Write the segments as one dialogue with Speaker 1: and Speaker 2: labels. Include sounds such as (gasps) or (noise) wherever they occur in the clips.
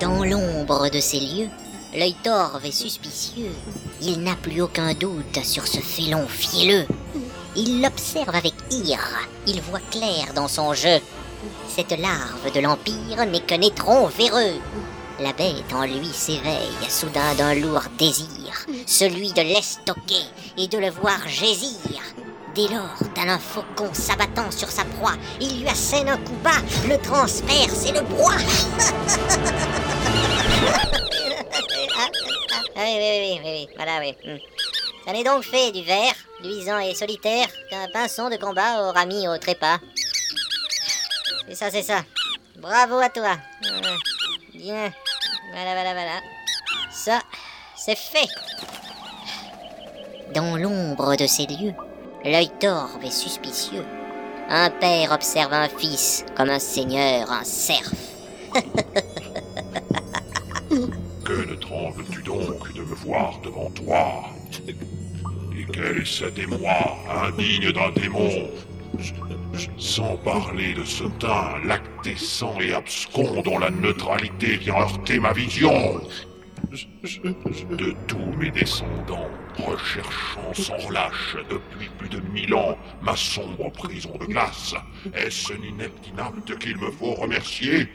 Speaker 1: Dans l'ombre de ces lieux, l'œil torve et suspicieux. Il n'a plus aucun doute sur ce félon fielleux. Il l'observe avec ire, il voit clair dans son jeu. Cette larve de l'Empire n'est qu'un étron véreux. La bête en lui s'éveille soudain d'un lourd désir, celui de l'estoquer et de le voir gésir. Dès lors, tel un faucon s'abattant sur sa proie, il lui assène un coup bas, le transperce et le broie. (laughs) Ah oui, oui, oui, oui, oui, voilà, oui. hmm. Ça n'est donc fait du verre, luisant et solitaire, qu'un pinson de combat aura mis au trépas. C'est ça, c'est ça. Bravo à toi. Voilà. Bien. Voilà, voilà, voilà. Ça, c'est fait. Dans l'ombre de ces lieux, l'œil torve et suspicieux. Un père observe un fils comme un seigneur, un cerf.
Speaker 2: Que ne trembles-tu donc de me voir devant toi Et quel est cet émoi indigne d'un démon Sans parler de ce teint lacté sang et abscon dont la neutralité vient heurter ma vision De tous mes descendants, recherchant sans relâche depuis plus de mille ans ma sombre prison de glace, est-ce une inepte inapte qu'il me faut remercier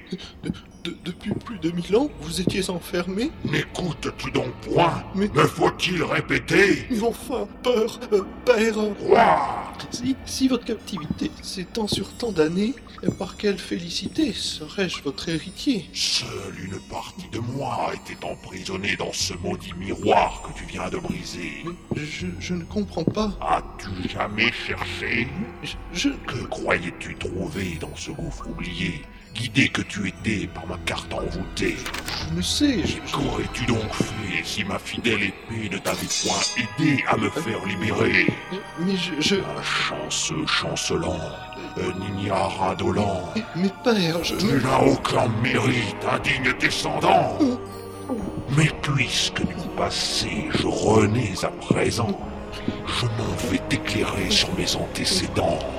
Speaker 3: De- depuis plus de mille ans, vous étiez enfermé
Speaker 2: N'écoutes-tu donc point
Speaker 3: Mais-
Speaker 2: Me faut-il répéter
Speaker 3: Mais enfin, peur, euh, père euh,
Speaker 2: Quoi
Speaker 3: si, si votre captivité s'étend sur tant d'années, euh, par quelle félicité serais-je votre héritier
Speaker 2: Seule une partie de moi était emprisonnée dans ce maudit miroir que tu viens de briser.
Speaker 3: Mais je, je ne comprends pas.
Speaker 2: As-tu jamais cherché
Speaker 3: Je, je-
Speaker 2: Que croyais-tu trouver dans ce gouffre oublié Guidé que tu étais par ma carte envoûtée
Speaker 3: je ne sais, je-
Speaker 2: Qu'aurais-tu donc fait si ma fidèle épée ne t'avait point aidé à me faire libérer
Speaker 3: mais je, je-
Speaker 2: Un chanceux chancelant, un ignare indolent,
Speaker 3: mais père, je,
Speaker 2: Tu n'as aucun mérite, indigne descendant. Mais puisque du passé je renais à présent, je m'en vais t'éclairer sur mes antécédents.
Speaker 1: (laughs)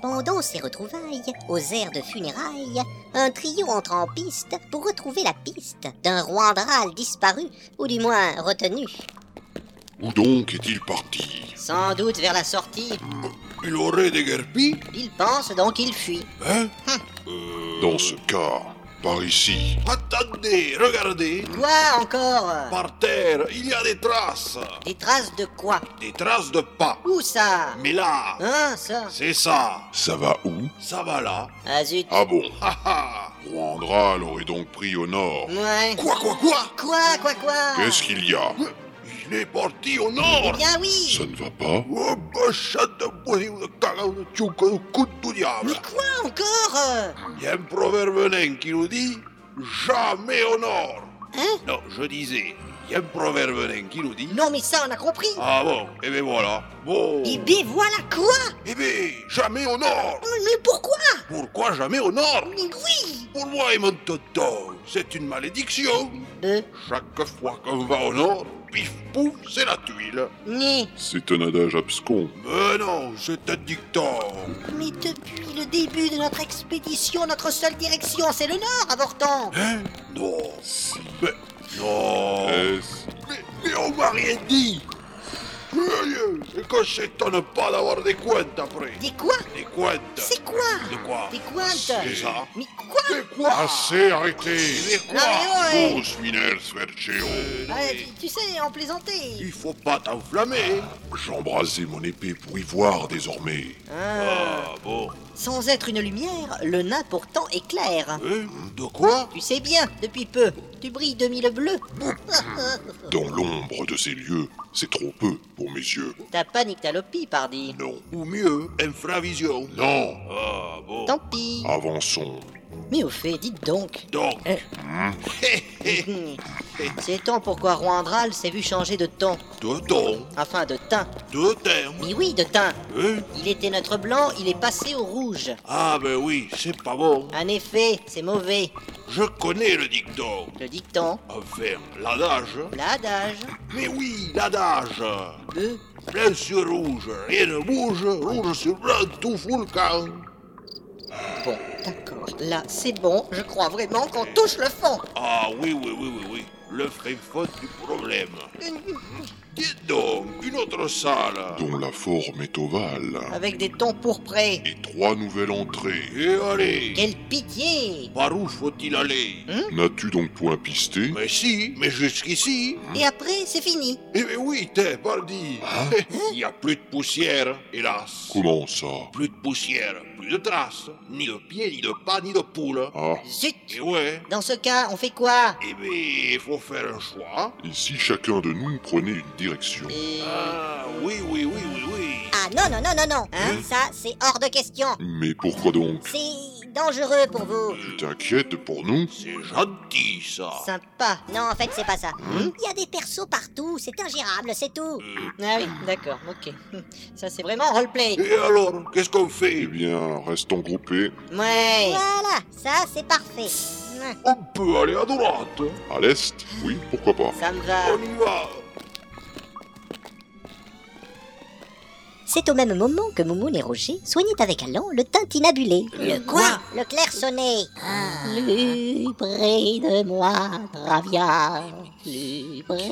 Speaker 1: Pendant ces retrouvailles, aux airs de funérailles, un trio entre en piste pour retrouver la piste d'un Rwandral disparu, ou du moins retenu.
Speaker 4: Où donc est-il parti
Speaker 1: Sans doute vers la sortie,
Speaker 4: Il aurait déguerpi
Speaker 1: il pense donc il fuit.
Speaker 4: Hein Euh, Dans ce cas, par ici.
Speaker 5: Attendez, regardez,
Speaker 1: Quoi encore euh,
Speaker 5: par terre, il y a des traces,
Speaker 1: Des traces de quoi
Speaker 5: des traces de pas.
Speaker 1: Où ça
Speaker 5: Mais là,
Speaker 1: Hein, ça
Speaker 5: c'est ça,
Speaker 4: Ça va où
Speaker 5: ça va là.
Speaker 1: Ah zut
Speaker 4: Ah bon
Speaker 5: Ah ah.
Speaker 4: Rwandra l'aurait donc pris au nord.
Speaker 1: Ouais.
Speaker 5: Quoi, quoi, quoi
Speaker 1: Quoi, quoi, quoi Eh
Speaker 4: Qu'est-ce qu'il y a
Speaker 5: Il est parti au nord.
Speaker 1: Bien oui
Speaker 4: Ça ne va pas
Speaker 5: Oh, bah, chat de poisson, de cagou, de tchouc, de coup de tout diable.
Speaker 1: Quoi encore euh
Speaker 5: Il y a un proverbe nain qui nous dit jamais au nord.
Speaker 1: Hein
Speaker 5: Non, je disais, il y a un proverbe nain qui nous dit.
Speaker 1: Non mais ça, on a compris
Speaker 5: Ah bon, et ben voilà. Bon.
Speaker 1: Et ben voilà quoi
Speaker 5: Eh ben, jamais au nord.
Speaker 1: Mais mais pourquoi
Speaker 5: Pourquoi jamais au nord
Speaker 1: Mais oui
Speaker 5: Pour moi et mon tonton, c'est une malédiction.
Speaker 1: Beuh.
Speaker 5: Chaque fois qu'on va au nord, pif pouf, c'est la tuile.
Speaker 1: Mais,
Speaker 4: C'est un adage abscon.
Speaker 5: Mais non, c'est un dicton.
Speaker 1: mais depuis le début de notre expédition, notre seule direction, c'est le nord, avortant
Speaker 5: Hein Non,
Speaker 4: Si.
Speaker 5: mais non.
Speaker 4: Est-ce
Speaker 5: Mais, mais on m'a rien dit. Sérieux, Et qu'on s'étonne pas d'avoir des couettes après.
Speaker 1: Des quoi
Speaker 5: Des couettes.
Speaker 1: C'est quoi
Speaker 5: De quoi
Speaker 1: Des cointes
Speaker 5: C'est ça.
Speaker 1: Mais quoi
Speaker 5: Des quoi
Speaker 4: Assez arrêté
Speaker 5: Des quoi
Speaker 1: Ah, mais ouais.
Speaker 4: Os miners vergeo
Speaker 5: Euh, non,
Speaker 1: Ah,
Speaker 5: mais
Speaker 1: tu, tu sais, Ah. on plaisantait
Speaker 5: Il faut pas t'enflammer.
Speaker 4: J'embrasais mon épée pour y voir désormais.
Speaker 5: Ah bon.
Speaker 1: Sans être une lumière, le nain pourtant est clair.
Speaker 5: Hein De quoi
Speaker 1: Tu sais bien, depuis peu, tu brilles de
Speaker 5: (laughs)
Speaker 1: mille bleus.
Speaker 4: Dans l'ombre de ces lieux, c'est trop peu pour mes yeux.
Speaker 1: T'as pas nyctalopie, pardi.
Speaker 4: Non.
Speaker 5: Ou mieux, infravision.
Speaker 4: Non
Speaker 5: Ah bon.
Speaker 1: Tant pis.
Speaker 4: Avançons.
Speaker 1: Mais au fait, dites donc. Euh,
Speaker 5: Donc, Hmm. Eh.
Speaker 1: (laughs) Sait-on pourquoi Rwandral s'est vu changer de ton
Speaker 5: deux tons,
Speaker 1: Enfin, de teint.
Speaker 5: deux termes.
Speaker 1: Mais oui, de teint.
Speaker 5: Hein
Speaker 1: Il était notre blanc, il est passé au rouge.
Speaker 5: Ah ben oui, c'est pas bon.
Speaker 1: En effet, c'est mauvais.
Speaker 5: Je connais le dicton.
Speaker 1: Le dicton,
Speaker 5: Enfin, l'adage.
Speaker 1: l'adage. Euh?
Speaker 5: Mais oui, l'adage.
Speaker 1: Beuh.
Speaker 5: Plein sur rouge, rien ne bouge, rouge sur blanc, tout fout le camp.
Speaker 1: Bon, d'accord. Là, c'est bon. Je crois vraiment qu'on touche le fond.
Speaker 5: Ah oui, oui, oui, oui, oui. Le fond du problème. Dites donc, une autre salle.
Speaker 4: dont la forme est ovale,
Speaker 1: Avec des tons pourprés.
Speaker 4: et trois nouvelles entrées.
Speaker 5: Et Eh, allez,
Speaker 1: Quelle pitié
Speaker 5: par où faut-il aller
Speaker 2: Hein?
Speaker 4: N'as-tu donc point pisté
Speaker 5: Mais si, mais jusqu'ici.
Speaker 1: Et après, c'est fini.
Speaker 5: Eh bien oui, t'es pardi. (laughs) Il n'y a plus de poussière, hélas.
Speaker 4: Comment ça
Speaker 5: Plus de poussière, plus de traces. Ni de pieds, ni de pas, ni de poule.
Speaker 4: Ah,
Speaker 1: Zut
Speaker 5: Et ouais.
Speaker 1: Dans ce cas, on fait quoi
Speaker 5: Eh bien, il faut faire un choix.
Speaker 4: et si chacun de nous prenait une direction
Speaker 1: Et-
Speaker 5: Ah, oui, oui, oui, oui, oui.
Speaker 1: Ah non, non, non, non, non Hein, ça, c'est hors de question
Speaker 4: Mais pourquoi donc
Speaker 1: C'est dangereux pour vous
Speaker 4: Tu t'inquiètes pour nous
Speaker 5: C'est gentil, ça.
Speaker 1: Sympa Non, en fait, c'est pas ça. Il y a des persos partout, c'est ingérable, c'est tout Ah oui, d'accord, ok. (laughs) Ça, c'est vraiment roleplay
Speaker 5: Et alors, qu'est-ce qu'on
Speaker 4: Eh
Speaker 5: fait
Speaker 4: bien, restons groupés.
Speaker 1: Ouais Voilà, ça, c'est parfait
Speaker 5: On peut aller à droite.
Speaker 4: À l'est Oui, pourquoi pas.
Speaker 1: Ça me va
Speaker 5: On y va.
Speaker 6: C'est au même moment que Moumoun et Roger soignaient avec allant le tintinabulé.
Speaker 1: Le quoi Le clair-sonné
Speaker 6: Plus près de moi, Dravia, plus près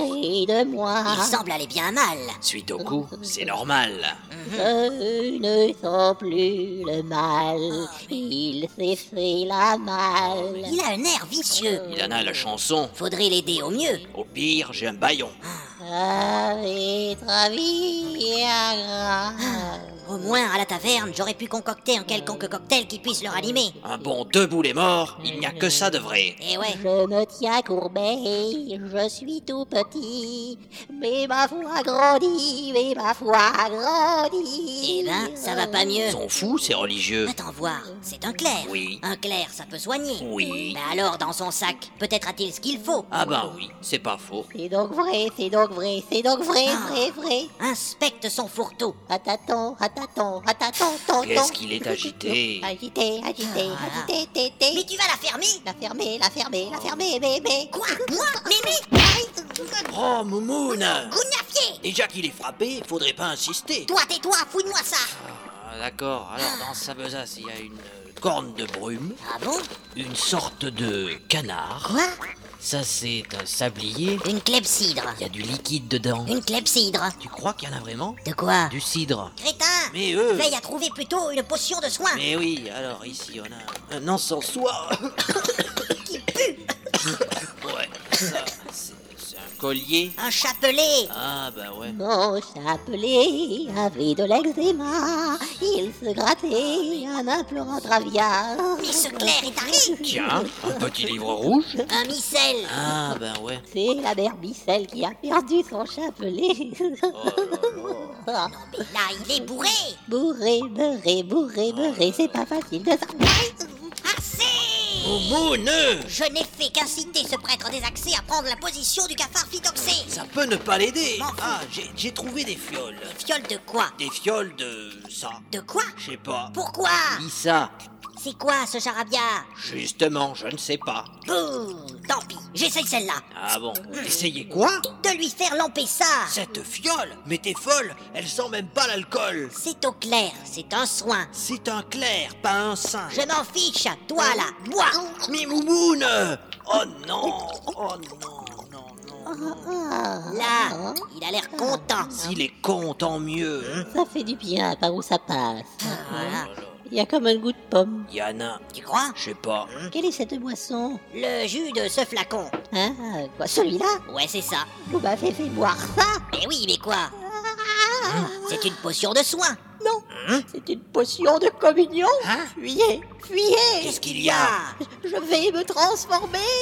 Speaker 6: de moi,
Speaker 1: Il semble aller bien mal
Speaker 7: Suite au coup, c'est normal.
Speaker 6: je ne sens plus le mal, il s'est fait la malle.
Speaker 1: Il a un air vicieux
Speaker 7: Il en a à la chanson.
Speaker 1: Faudrait l'aider au mieux
Speaker 7: Au pire, j'ai un baillon.
Speaker 6: Ave Travia,
Speaker 1: Ah, Au moins, à la taverne, j'aurais pu concocter un quelconque cocktail qui puisse le ranimer
Speaker 7: Un bon debout les morts, il n'y a que ça de vrai.
Speaker 1: Eh ouais
Speaker 6: je me tiens courbé, je suis tout petit, mais ma foi grandit, mais ma foi grandit.
Speaker 1: Eh ben, ça va pas mieux
Speaker 7: Ils sont fous, ces religieux.
Speaker 1: Attends voir, c'est un clerc.
Speaker 7: Oui.
Speaker 1: Un clerc, ça peut soigner.
Speaker 7: Oui.
Speaker 1: Bah alors, dans son sac, peut-être a-t-il ce qu'il faut.
Speaker 7: Ah ben oui, c'est pas faux.
Speaker 6: C'est donc vrai, c'est donc vrai, c'est donc vrai,
Speaker 1: Ah.
Speaker 6: vrai, vrai. Ah,
Speaker 1: Inspecte son fourre-tout.
Speaker 6: Attends, attends, attends, attends,
Speaker 7: Qu'est-ce qu'il est agité
Speaker 6: ah, (laughs) Agité, agité,
Speaker 1: Ah.
Speaker 6: agité, tété.
Speaker 1: Mais tu vas la fermer
Speaker 6: La fermer, la fermer, la fermer, bébé.
Speaker 1: Quoi Moi Mimi
Speaker 7: Oh, Moumoun
Speaker 1: Gougnafier
Speaker 7: Déjà qu'il est frappé, faudrait pas insister.
Speaker 1: Toi, tais-toi, fouille-moi ça
Speaker 7: Ah, D'accord, alors dans sa besace, il y a une euh, corne de brume,
Speaker 1: Ah bon
Speaker 7: une sorte de canard.
Speaker 1: Quoi
Speaker 7: Ça, c'est un sablier.
Speaker 1: Une clepsydre.
Speaker 7: Il y a du liquide dedans.
Speaker 1: Une clepsydre.
Speaker 7: Tu crois qu'il y en a vraiment
Speaker 1: De quoi
Speaker 7: Du cidre.
Speaker 1: Crétin
Speaker 7: Mais eux
Speaker 1: Veille à trouver plutôt une potion de soin
Speaker 7: Mais oui, alors ici on a un encensoir. (coughs) ouais, ça, c'est c'est un collier.
Speaker 1: Un chapelet
Speaker 7: Ah bah ouais.
Speaker 6: Mon chapelet avait de l'eczéma. Il se grattait en implorant Travia.
Speaker 1: Mais ce clerc est un riche
Speaker 7: Tiens, un petit livre rouge.
Speaker 1: Un missel
Speaker 7: Ah bah ouais.
Speaker 6: C'est la mère Bicelle qui a perdu son chapelet.
Speaker 7: Oh,
Speaker 6: Ah.
Speaker 1: Mais là, il est bourré
Speaker 6: bourré, beurré, bourré, beurré, c'est pas facile de ça.
Speaker 1: Assez
Speaker 7: Moumouneux
Speaker 1: Je n'ai fait qu'inciter ce prêtre des accès à prendre la position du cafard phytoxé
Speaker 7: Ça peut ne pas l'aider.
Speaker 1: M'en fous.
Speaker 7: Ah, j'ai- j'ai trouvé des fioles.
Speaker 1: Fiole de quoi
Speaker 7: Des fioles de ça.
Speaker 1: De quoi
Speaker 7: Je sais pas.
Speaker 1: Pourquoi
Speaker 7: Dis ça.
Speaker 1: C'est quoi ce charabia
Speaker 7: Justement, je ne sais pas.
Speaker 1: Bouh Tant pis, j'essaye celle-là
Speaker 7: Ah bon. Essayez quoi
Speaker 1: De lui faire lamper ça
Speaker 7: Cette fiole Mais t'es folle Elle sent même pas l'alcool.
Speaker 1: C'est au clair, c'est un soin
Speaker 7: C'est un clair, pas un singe.
Speaker 1: Je m'en fiche, toi là, bois
Speaker 7: Mais Moumoun Oh non Oh non, non, non, non
Speaker 1: Oh, Là, il a l'air content Hein
Speaker 7: S'il est con, tant mieux
Speaker 6: Ça fait du bien par où ça passe.
Speaker 1: Ah. Voilà,
Speaker 6: Il y a comme un goût de pomme.
Speaker 7: Yana,
Speaker 1: tu crois
Speaker 7: je sais pas.
Speaker 6: Quelle est cette boisson
Speaker 1: Le jus de ce flacon
Speaker 6: Hein euh, Quoi, celui-là
Speaker 1: Ouais, c'est ça
Speaker 6: Vous m'avez fait boire ça
Speaker 1: Eh oui, mais quoi Hein C'est une potion de soin
Speaker 6: Ah
Speaker 1: Hein
Speaker 6: Non C'est une potion de communion
Speaker 7: Hein
Speaker 6: Fuyez Fuyez
Speaker 7: Qu'est-ce qu'il y a
Speaker 6: Je vais me transformer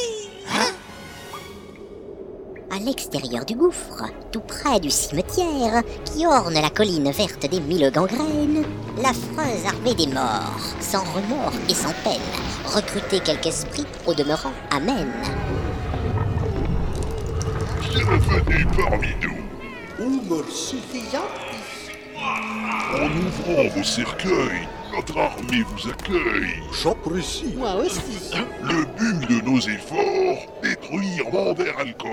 Speaker 1: À l'extérieur du gouffre, tout près du cimetière, qui orne la colline verte des mille gangrènes, l'affreuse armée des morts, sans remords et sans peine, recrutait quelque esprit au demeurant Amen.
Speaker 2: Bienvenue parmi nous.
Speaker 3: Oh, merci.
Speaker 2: En ouvrant vos cercueils, Notre armée vous accueille.
Speaker 4: J'apprécie.
Speaker 6: Moi aussi.
Speaker 2: Le but de nos efforts, détruire Vander Alcor.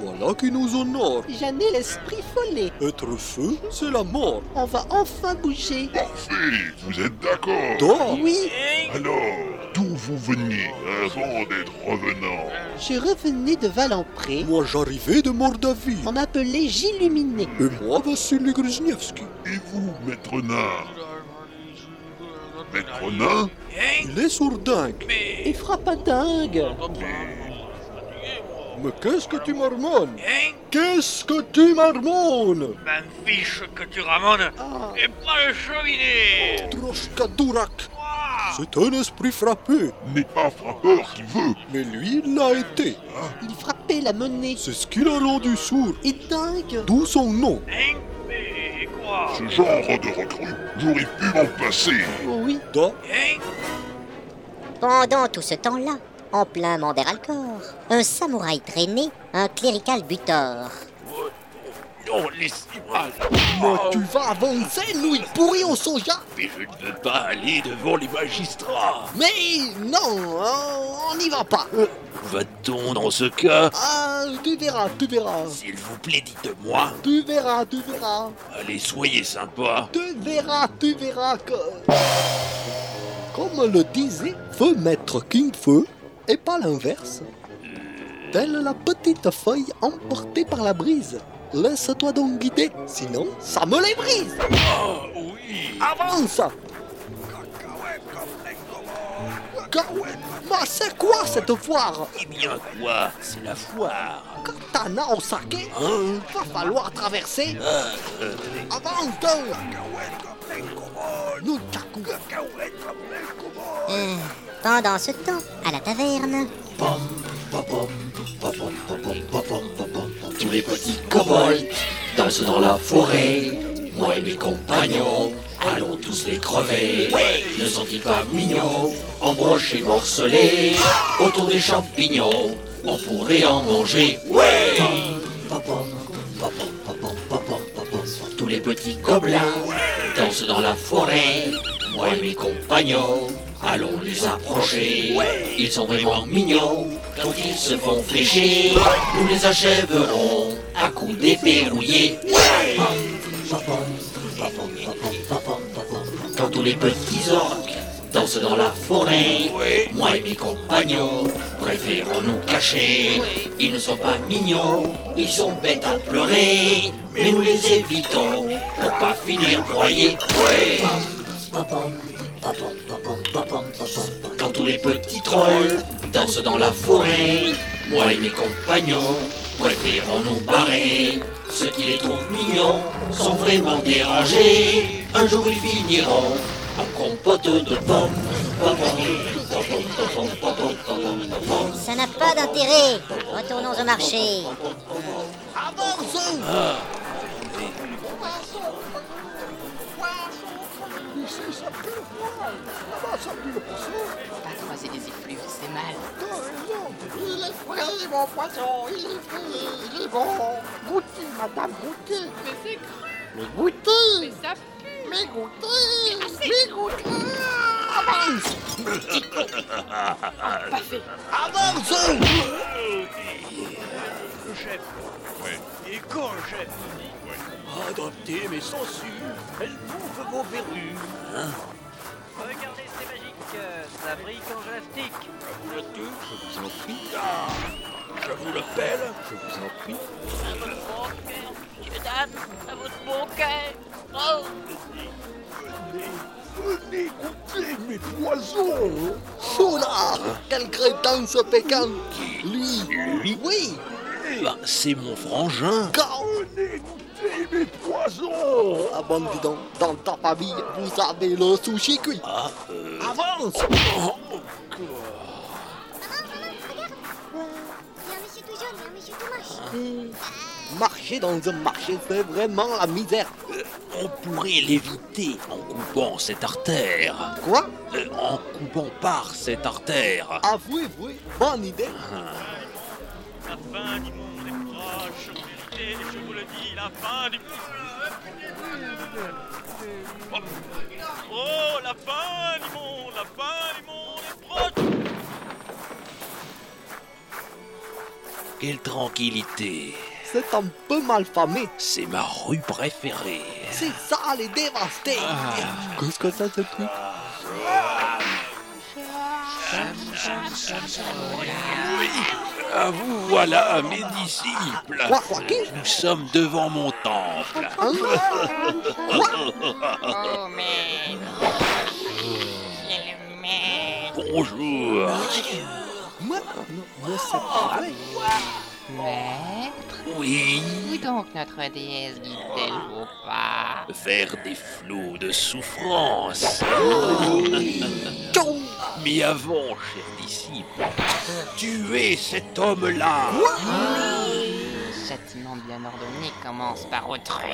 Speaker 4: Voilà qui nous honore.
Speaker 6: J'en ai l'esprit follet.
Speaker 4: Être feu, c'est la mort.
Speaker 6: On va enfin bouger.
Speaker 4: Oh,
Speaker 2: Parfait, vous êtes d'accord
Speaker 4: Dors.
Speaker 6: Oui,
Speaker 2: Alors, d'où vous veniez avant d'être revenant
Speaker 6: je revenais de Valenpré.
Speaker 4: Moi, j'arrivais de Mordavie.
Speaker 6: On m'appelait J'illuminais.
Speaker 4: Et moi, Vassili Grisnievski.
Speaker 2: Et vous, maître nain Maître nain
Speaker 4: Oh, Il est sourdingue.
Speaker 6: Et frappe dingue.
Speaker 4: Mais qu'est-ce que tu marmonnes Qu'est-ce que tu marmonnes
Speaker 8: Ben fiche que tu ramènes
Speaker 1: Oh.
Speaker 8: et pas le cheminée
Speaker 4: Troshkadurak. C'est un esprit frappé.
Speaker 2: n'est pas frappeur qui veut.
Speaker 4: Mais lui, il l'a été.
Speaker 6: Il frappait la monnaie.
Speaker 4: C'est ce qui l'a rendu sourd.
Speaker 6: Et dingue.
Speaker 4: D'où son nom.
Speaker 8: Hein Mais quoi
Speaker 2: Ce genre de recrue, j'aurais pu m'en passer.
Speaker 9: Oh
Speaker 6: Oui,
Speaker 4: Da.
Speaker 8: Hein
Speaker 1: Pendant tout ce temps-là, en plein Mandère Alcor, un samouraï traînait un clérical butor.
Speaker 5: Non, laissez-moi
Speaker 4: Mais tu vas avancer, nous, pourri au soja.
Speaker 5: Mais je ne veux pas aller devant les magistrats
Speaker 9: Mais non, on- on n'y va pas.
Speaker 2: Euh,
Speaker 5: Où va-t-on dans ce
Speaker 2: hein?
Speaker 5: cas
Speaker 9: Ah, tu verras, tu verras.
Speaker 5: S'il vous plaît, dites-moi
Speaker 9: Tu verras, tu verras.
Speaker 5: Allez, soyez sympa
Speaker 9: Tu verras, tu verras que... Comme le disait Feu Maître King Feu, et pas l'inverse. Telle la petite feuille emportée par la brise. Laisse-toi donc guider, sinon ça me les brise.
Speaker 5: Ah oui
Speaker 9: Avance Kawen, Mais c'est quoi cette foire
Speaker 5: Eh bien quoi C'est la foire Hein?
Speaker 9: Katana au saké Va falloir traverser
Speaker 5: Euh.
Speaker 10: Euh,
Speaker 9: Avant Nous t'accou-
Speaker 1: Euh, pendant ce temps, à la taverne,
Speaker 10: Tous les petits kobolds dansent dans la forêt. Moi et mes compagnons, allons tous les crever. Ne sont-ils pas mignons, embrochés, morcelés Autour des champignons, on pourrait en manger. Ouais Pom, pom, pom, pom, pom, pom, pom, pom, pom. Tous les petits gobelins dansent dans la forêt. Moi et mes compagnons, allons les approcher. Ils sont vraiment mignons, quand ils se font flécher, nous les achèverons à coups d'épée rouillée. Pom, pom, pom, pom, pom, pom, pom, pom, pom. Quand tous les petits orques dansent dans la forêt, moi et mes compagnons préférons nous cacher. Ils ne sont pas mignons, ils sont bêtes à pleurer, mais nous les évitons pour pas finir broyés. Pom, pom, pom, pom, pom, pom, pom, pom, pom, pom. Quand tous les petits trolls dansent dans la forêt, moi et mes compagnons préférons nous barrer. Ceux qui les trouvent mignons sont vraiment dérangés. Un jour ils finiront en compote de pommes. Pom, pom, pom, pom, pom, pom, pom, pom, pom, pom.
Speaker 1: ça n'a pas d'intérêt. Retournons au marché. Ah.
Speaker 9: Pas croiser les effluves, c'est mal.
Speaker 10: Il est frais, mon poisson, il est frais, il est bon. Goûtez, madame, goûtez. Mais c'est cru. Mais goûtez. Mais ça pue. Mais goûtez. Mais goûtez. Avance. Ah Avance.
Speaker 8: Et quand j'ai
Speaker 7: Adoptez mes censures, elles bouffent vos verrues.
Speaker 8: Regardez, c'est magique, euh, ça brille quand je la stick.
Speaker 7: Je vous le pèle.
Speaker 8: Mesdames, à votre bon cœur. Oh
Speaker 9: Oula Quel crétin ce Pékin Lui
Speaker 5: Lui
Speaker 9: Oui
Speaker 5: Ben, c'est mon frangin
Speaker 9: Quand
Speaker 5: Poison
Speaker 9: Ah bon, dis donc, dans ta famille, vous avez le sushi cuit Oh,
Speaker 5: Ah, euh...
Speaker 9: Avance Marcher dans un marché, c'est vraiment la misère
Speaker 5: On pourrait l'éviter en coupant cette artère.
Speaker 9: Quoi
Speaker 5: Euh, en coupant par cette artère.
Speaker 9: Ah oui, oui, bonne idée
Speaker 8: La fin du monde est proche, en vérité, je vous le dis, la fin du monde. Oh,
Speaker 11: lapin, limon, lapin, limon, les proches
Speaker 10: Quelle tranquillité
Speaker 9: C'est un peu mal famé.
Speaker 10: C'est ma rue préférée.
Speaker 9: C'est ça, les dévastés.
Speaker 5: Ah.
Speaker 9: Qu'est-ce que ça te pue
Speaker 10: Oui, ah, vous voilà, mes disciples.
Speaker 9: Quoi, quoi, qui
Speaker 10: Nous sommes devant mon temple.
Speaker 9: Hein
Speaker 10: Bonjour.
Speaker 9: Moi, non, moi, c'est
Speaker 10: Ah,
Speaker 9: pas vrai.
Speaker 5: Maître
Speaker 10: Oui,
Speaker 5: Où donc notre déesse guide-t-elle vos pas
Speaker 10: vers des flots de souffrance. Mais avant, chers disciples, tuez cet homme-là.
Speaker 5: Le châtiment bien ordonné commence par autrui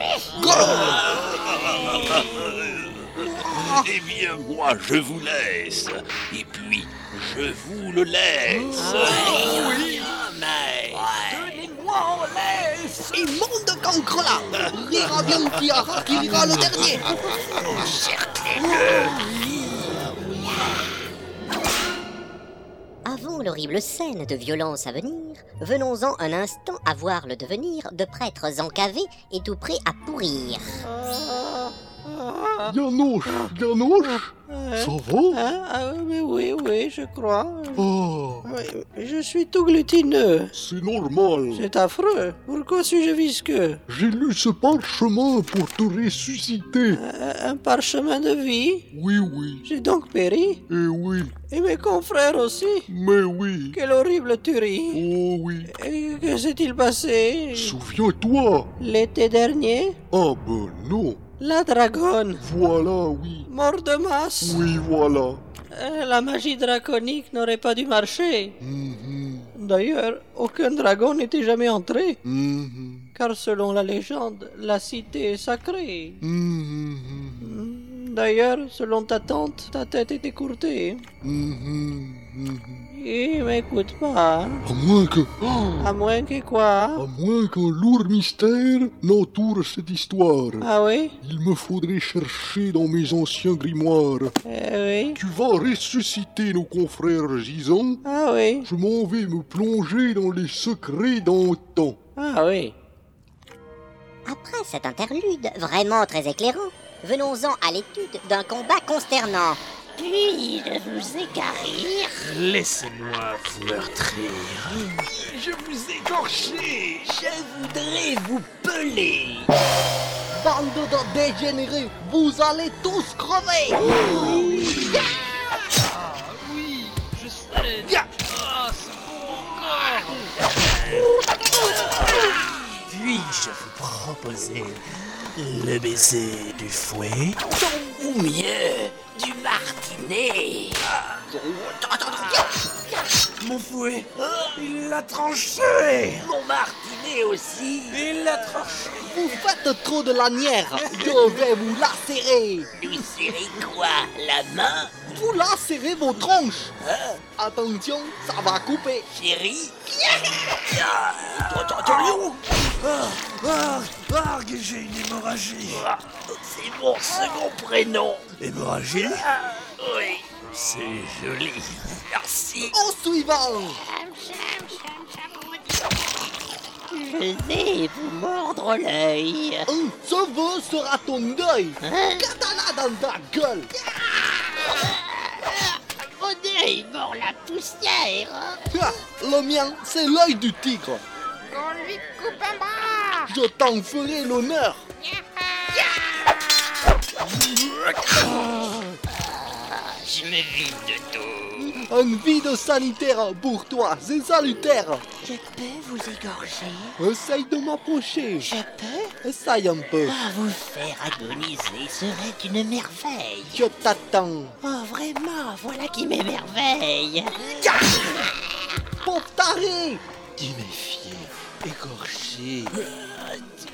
Speaker 10: Eh bien, moi, je vous laisse. Et puis, je vous le laisse. Ah. Oui, mais...
Speaker 9: Donnez-moi en laisse Immonde cancre là Rira bien qui aura, qui rira le dernier
Speaker 1: Avant l'horrible scène de violence à venir, venons-en un instant à voir le devenir de prêtres encavés et tout prêts à pourrir.
Speaker 2: Yanouche, Yanouche, ça va
Speaker 12: Hein Ah oui, oui, oui, je crois.
Speaker 2: Ah,
Speaker 12: Oui, Je suis tout glutineux.
Speaker 2: c'est normal.
Speaker 12: C'est affreux. Pourquoi suis-je visqueux
Speaker 2: J'ai lu ce parchemin pour te ressusciter.
Speaker 12: Un un parchemin de vie
Speaker 2: Oui, oui,
Speaker 12: J'ai donc péri.
Speaker 2: eh oui,
Speaker 12: Et mes confrères aussi
Speaker 2: mais oui.
Speaker 12: Quelle horrible tuerie
Speaker 2: Oh oui.
Speaker 12: Et que s'est-il passé
Speaker 2: Souviens-toi.
Speaker 12: L'été dernier
Speaker 2: Ah ben non.
Speaker 12: La dragonne
Speaker 2: Voilà, oui.
Speaker 12: Mort de masse
Speaker 2: Oui, voilà.
Speaker 12: Euh, La magie draconique n'aurait pas dû marcher.
Speaker 2: Mhm,
Speaker 12: D'ailleurs, aucun dragon n'était jamais entré.
Speaker 2: mhm,
Speaker 12: Car selon la légende, la cité est sacrée. Mm,
Speaker 2: mhm,
Speaker 12: D'ailleurs, selon ta tante, ta tête est écourtée.
Speaker 2: mhm, mhm.
Speaker 12: Il m'écoute pas. hein.
Speaker 2: (laughs) À moins que... Oh
Speaker 12: À moins que quoi
Speaker 2: À moins qu'un lourd mystère n'entoure cette histoire.
Speaker 12: Ah oui
Speaker 2: Il me faudrait chercher dans mes anciens grimoires.
Speaker 12: Eh oui
Speaker 2: Tu vas ressusciter nos confrères gisants.
Speaker 12: Ah oui
Speaker 2: Je m'en vais me plonger dans les secrets d'antan.
Speaker 12: Ah oui
Speaker 1: Après cet interlude vraiment très éclairant, venons-en à l'étude d'un combat consternant. Puis de vous écarrir.
Speaker 10: Laissez-moi vous meurtrir. Je vous écorcher. Je voudrais vous peler.
Speaker 9: Bande de dégénérés, vous allez tous crever
Speaker 11: Oui, je sais Ah, c'est bon encore
Speaker 10: Puis-je vous proposer le baiser du fouet Ou mieux, du martinet Mon fouet, il l'a tranché Mon martinet aussi Il l'a tranché
Speaker 9: Vous faites trop de lanière Je vais vous lacérer
Speaker 10: Nous serrez quoi La main Hein?
Speaker 9: Vous lacérez vos tronches Attention, ça va couper
Speaker 10: Chérie
Speaker 9: Ah,
Speaker 10: Ah, C'est mon second prénom Oui, c'est joli Merci
Speaker 9: Au suivant
Speaker 4: Je vais vous mordre l'œil. Hein?
Speaker 9: Un sauveur sera ton deuil Katana dans ta gueule
Speaker 4: Mon œil mord la poussière.
Speaker 9: Ah, Le mien, c'est l'œil du tigre
Speaker 5: On lui coupe un bras
Speaker 9: Je t'en ferai l'honneur
Speaker 10: Je me vide de tout
Speaker 9: Un vide sanitaire pour toi, c'est salutaire
Speaker 4: Je peux vous égorger
Speaker 9: Essaye de m'approcher
Speaker 4: Je peux
Speaker 9: Essaye un peu
Speaker 4: Ah, Vous faire agoniser serait une merveille.
Speaker 9: Je t'attends
Speaker 4: Oh, vraiment, voilà qui m'émerveille.
Speaker 9: Pauvre taré
Speaker 10: Déméfié, écorché.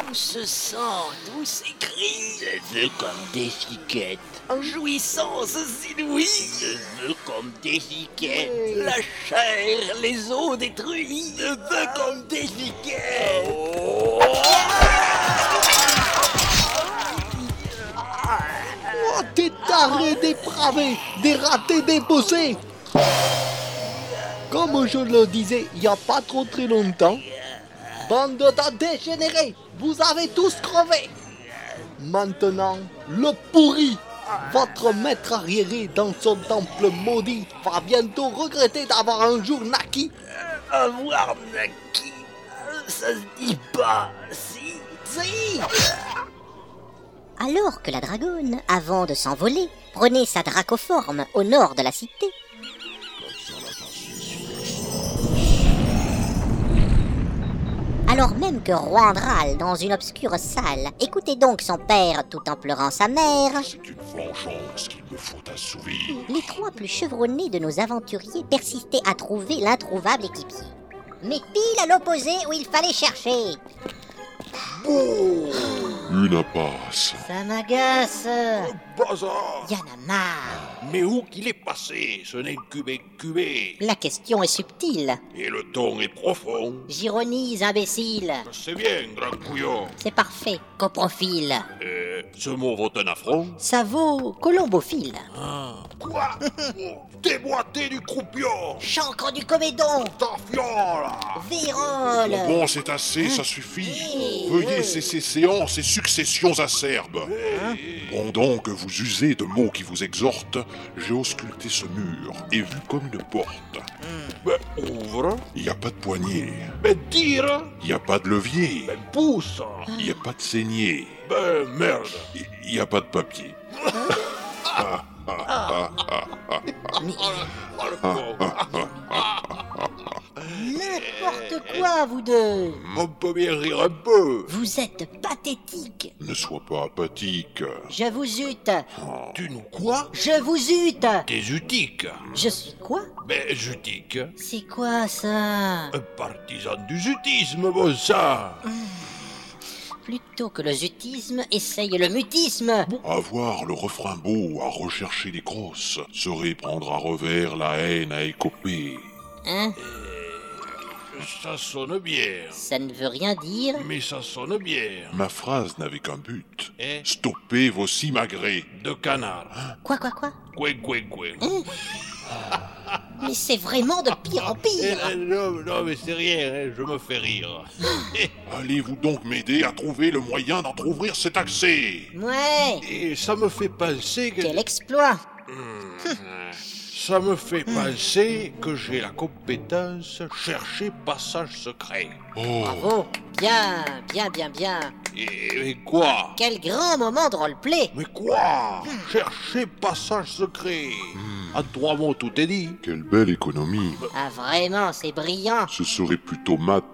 Speaker 10: D'où ce sang, d'où ces cris Je veux comme des chiquettes. En jouissance inouïe. Je veux comme des chiquettes. La chair, les os détruits. Je veux comme des chiquettes.
Speaker 9: Oh, t'es taré tarés dépravés, des ratés déposés. Comme je le disais il n'y a pas trop très longtemps,
Speaker 10: Oh.
Speaker 9: bande de dégénérés, vous avez tous crevé. Maintenant, le pourri, votre maître arriéré dans son temple maudit, va bientôt regretter d'avoir un jour naquis.
Speaker 10: Avoir naquis, ça se dit pas, si, si
Speaker 1: Alors que la dragonne, avant de s'envoler, prenait sa dracoforme au nord de la cité, alors même que Roandral, dans une obscure salle, écoutait donc son père tout en pleurant sa mère,
Speaker 13: Vengeance qu'il me faut assouvir.
Speaker 1: les trois plus chevronnés de nos aventuriers persistaient à trouver l'introuvable équipier. Mais pile à l'opposé où il fallait chercher.
Speaker 2: Une impasse.
Speaker 1: Ça m'agace.
Speaker 5: Oh, Bazar
Speaker 1: Y'en a marre.
Speaker 5: Mais où qu'il est passé, ce incubé incubé
Speaker 1: La question est subtile.
Speaker 5: Et le ton est profond.
Speaker 1: J'ironise, imbécile.
Speaker 5: C'est bien, grand couillon.
Speaker 1: C'est parfait. Coprophile.
Speaker 5: Euh, ce mot vaut un affront
Speaker 1: Ça vaut colombophile.
Speaker 12: Ah.
Speaker 5: Quoi
Speaker 1: Oh
Speaker 5: Oh, Déboîté du croupion
Speaker 1: Chancre du comédon.
Speaker 5: Fiola
Speaker 1: Vérole.
Speaker 5: Oh,
Speaker 2: Bon, c'est assez, ça suffit. Veuillez cesser séances et successions acerbes.
Speaker 5: Hein
Speaker 2: Pendant que vous usez de mots qui vous exhortent, j'ai ausculté ce mur et vu comme une porte.
Speaker 5: Ben, ouvre
Speaker 2: Il n'y a pas de poignée,
Speaker 5: Ben, tire
Speaker 2: il n'y a pas de levier,
Speaker 5: Ben, pousse
Speaker 2: il n'y a pas de saignée,
Speaker 5: Ben, merde
Speaker 2: il n'y a pas de papier. Ah, ah, ah, ah, ah.
Speaker 5: Ah, le pauvre.
Speaker 1: N'importe quoi, vous deux.
Speaker 5: On peut bien rire un peu
Speaker 1: Vous êtes pathétiques.
Speaker 2: Ne sois pas apathique.
Speaker 1: Je vous zute.
Speaker 5: Ah, Tu nous quoi
Speaker 1: Je vous zute.
Speaker 5: T'es jutique
Speaker 1: Je suis quoi
Speaker 5: Ben, jutique
Speaker 1: C'est quoi ça
Speaker 5: Un partisan du jutisme, bon sang
Speaker 1: Plutôt que le zutisme, essaye le mutisme.
Speaker 2: Avoir le refrain beau à rechercher les crosses serait prendre à revers la haine à écoper.
Speaker 1: Hein
Speaker 5: Ça sonne bien.
Speaker 1: Ça ne veut rien dire.
Speaker 5: Mais ça sonne bien.
Speaker 2: Ma phrase n'avait qu'un but.
Speaker 5: Eh
Speaker 2: Stopper vos simagrées. Hein?
Speaker 5: De canard.
Speaker 1: Quoi, quoi, quoi
Speaker 5: Coué, coué, coué.
Speaker 1: Mais c'est vraiment de pire en
Speaker 5: Eh,
Speaker 1: pire.
Speaker 5: eh, non, non, mais c'est rien, hein, je me fais rire.
Speaker 2: (laughs) Allez-vous donc m'aider à trouver le moyen d'entrouvrir cet accès
Speaker 1: Ouais.
Speaker 5: Et ça me fait penser que...
Speaker 1: Quel exploit.
Speaker 5: Hmm. Ça me fait penser que j'ai la compétence chercher passage secret.
Speaker 1: Bravo. Bien, bien, bien, bien.
Speaker 5: Et, et quoi
Speaker 1: Quel grand moment de roleplay.
Speaker 5: Mais quoi Chercher passage secret En trois mots, tout est dit.
Speaker 2: Quelle belle économie.
Speaker 1: Ah vraiment, c'est brillant.
Speaker 2: Ce serait plutôt mat.